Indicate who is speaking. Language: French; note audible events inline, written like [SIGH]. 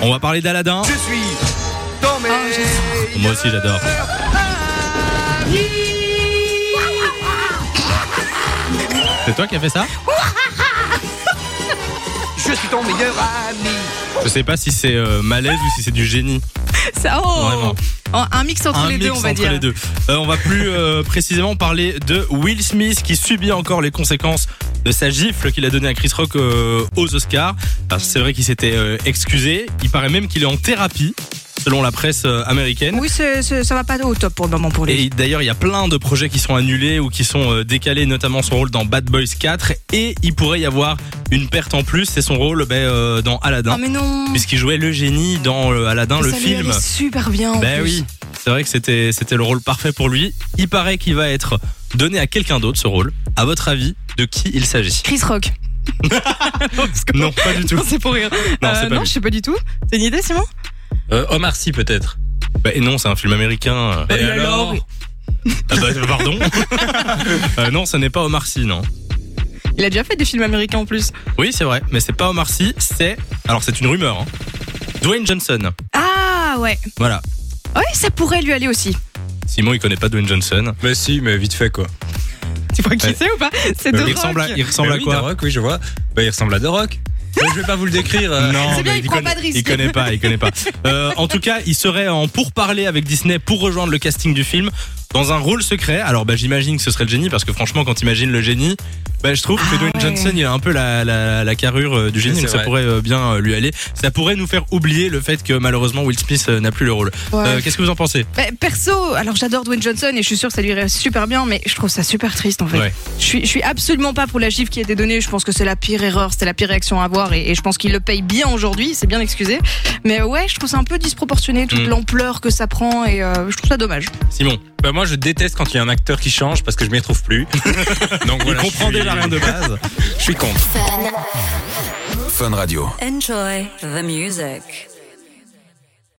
Speaker 1: On va parler d'Aladin.
Speaker 2: Je suis dans mes.
Speaker 1: Moi aussi, j'adore. C'est toi qui as fait ça
Speaker 2: Je suis ton meilleur ami.
Speaker 1: Je sais pas si c'est euh, malaise ou si c'est du génie.
Speaker 3: Ça, oh
Speaker 1: Vraiment.
Speaker 3: Un- Un mix entre
Speaker 1: Un
Speaker 3: les
Speaker 1: mix
Speaker 3: deux, on va
Speaker 1: entre
Speaker 3: dire.
Speaker 1: les deux. Euh, on va plus euh, précisément parler de Will Smith qui subit encore les conséquences de sa gifle qu'il a donnée à Chris Rock euh, aux Oscars. Alors, C'est vrai qu'il s'était euh, excusé. Il paraît même qu'il est en thérapie, selon la presse euh, américaine.
Speaker 3: Oui, c'est- c'est- ça va pas au top hein. pour le moment pour lui.
Speaker 1: Et d'ailleurs, il y a plein de projets qui sont annulés ou qui sont euh, décalés, notamment son rôle dans Bad Boys 4. Et il pourrait y avoir une perte en plus, c'est son rôle ben, euh, dans Aladdin.
Speaker 3: Ah, mais non.
Speaker 1: Puisqu'il jouait le génie dans euh, Aladdin, le
Speaker 3: ça lui
Speaker 1: film.
Speaker 3: allait super bien. en
Speaker 1: Ben
Speaker 3: plus.
Speaker 1: oui, c'est vrai que c'était, c'était le rôle parfait pour lui. Il paraît qu'il va être donné à quelqu'un d'autre ce rôle. À votre avis, de qui il s'agit
Speaker 3: Chris
Speaker 1: [LAUGHS]
Speaker 3: Rock.
Speaker 1: Non, pas
Speaker 3: [LAUGHS]
Speaker 1: du tout.
Speaker 3: Non, c'est pour rire.
Speaker 1: Non,
Speaker 3: Euh,
Speaker 1: c'est pas
Speaker 3: non
Speaker 1: lui.
Speaker 3: je sais pas du tout. T'as une idée, Simon
Speaker 4: Euh, Omar Sy peut-être.
Speaker 1: Ben non, c'est un film américain.
Speaker 4: Et alors
Speaker 1: Ah bah, pardon Euh, Non, ce n'est pas Omar Sy, non.
Speaker 3: Il a déjà fait des films américains en plus.
Speaker 1: Oui, c'est vrai, mais c'est pas Omar Sy, c'est. Alors, c'est une rumeur. hein. Dwayne Johnson.
Speaker 3: Ah ouais.
Speaker 1: Voilà.
Speaker 3: Ouais, ça pourrait lui aller aussi.
Speaker 1: Simon, il connaît pas Dwayne Johnson.
Speaker 4: Bah si, mais vite fait quoi.
Speaker 3: Tu vois qui
Speaker 1: Ouais. Euh,
Speaker 3: c'est ou pas C'est
Speaker 1: Il
Speaker 3: de Rock.
Speaker 1: ressemble à, il ressemble
Speaker 4: Bah
Speaker 1: à
Speaker 4: oui,
Speaker 1: quoi
Speaker 4: The Rock, oui, je vois. Bah il ressemble à The Rock. Mais je vais pas vous le décrire. euh.
Speaker 1: Non,
Speaker 3: C'est bien,
Speaker 1: mais
Speaker 3: il prend
Speaker 1: connaît-
Speaker 3: pas de risque.
Speaker 1: Il connaît pas, il connaît
Speaker 3: [LAUGHS]
Speaker 1: pas. Euh, en tout cas, il serait en pourparlers avec Disney pour rejoindre le casting du film dans un rôle secret. Alors, bah, j'imagine que ce serait le génie parce que franchement, quand t'imagines le génie, bah, je trouve que
Speaker 3: Ah
Speaker 1: Dwayne
Speaker 3: ouais.
Speaker 1: Johnson, il a un peu la, la, la carrure euh, du génie,
Speaker 4: C'est
Speaker 1: donc ça
Speaker 4: vrai.
Speaker 1: pourrait euh, bien euh, lui aller. Ça pourrait nous faire oublier le fait que malheureusement Will Smith euh, n'a plus le rôle.
Speaker 3: Ouais.
Speaker 1: Euh, Qu'est-ce que vous en pensez
Speaker 3: Ben, perso, alors j'adore Dwayne Johnson et je suis sûre que ça lui irait super bien, mais je trouve ça super triste en fait.
Speaker 1: Ouais.
Speaker 3: Je, suis, je suis absolument pas pour la gifle qui a été donnée, je pense que c'est la pire erreur, c'était la pire réaction à avoir et, et je pense qu'il le paye bien aujourd'hui, c'est bien excusé. Mais ouais, je trouve ça un peu disproportionné, toute
Speaker 1: Mm.
Speaker 3: l'ampleur que ça prend et euh, je trouve ça dommage.
Speaker 1: Simon,
Speaker 4: Bah moi je déteste quand il y a un acteur qui change parce que je m'y retrouve plus. Donc voilà.
Speaker 1: il comprend
Speaker 4: je suis-
Speaker 1: déjà rien de base.
Speaker 4: Je suis contre.
Speaker 5: Enjoy the music.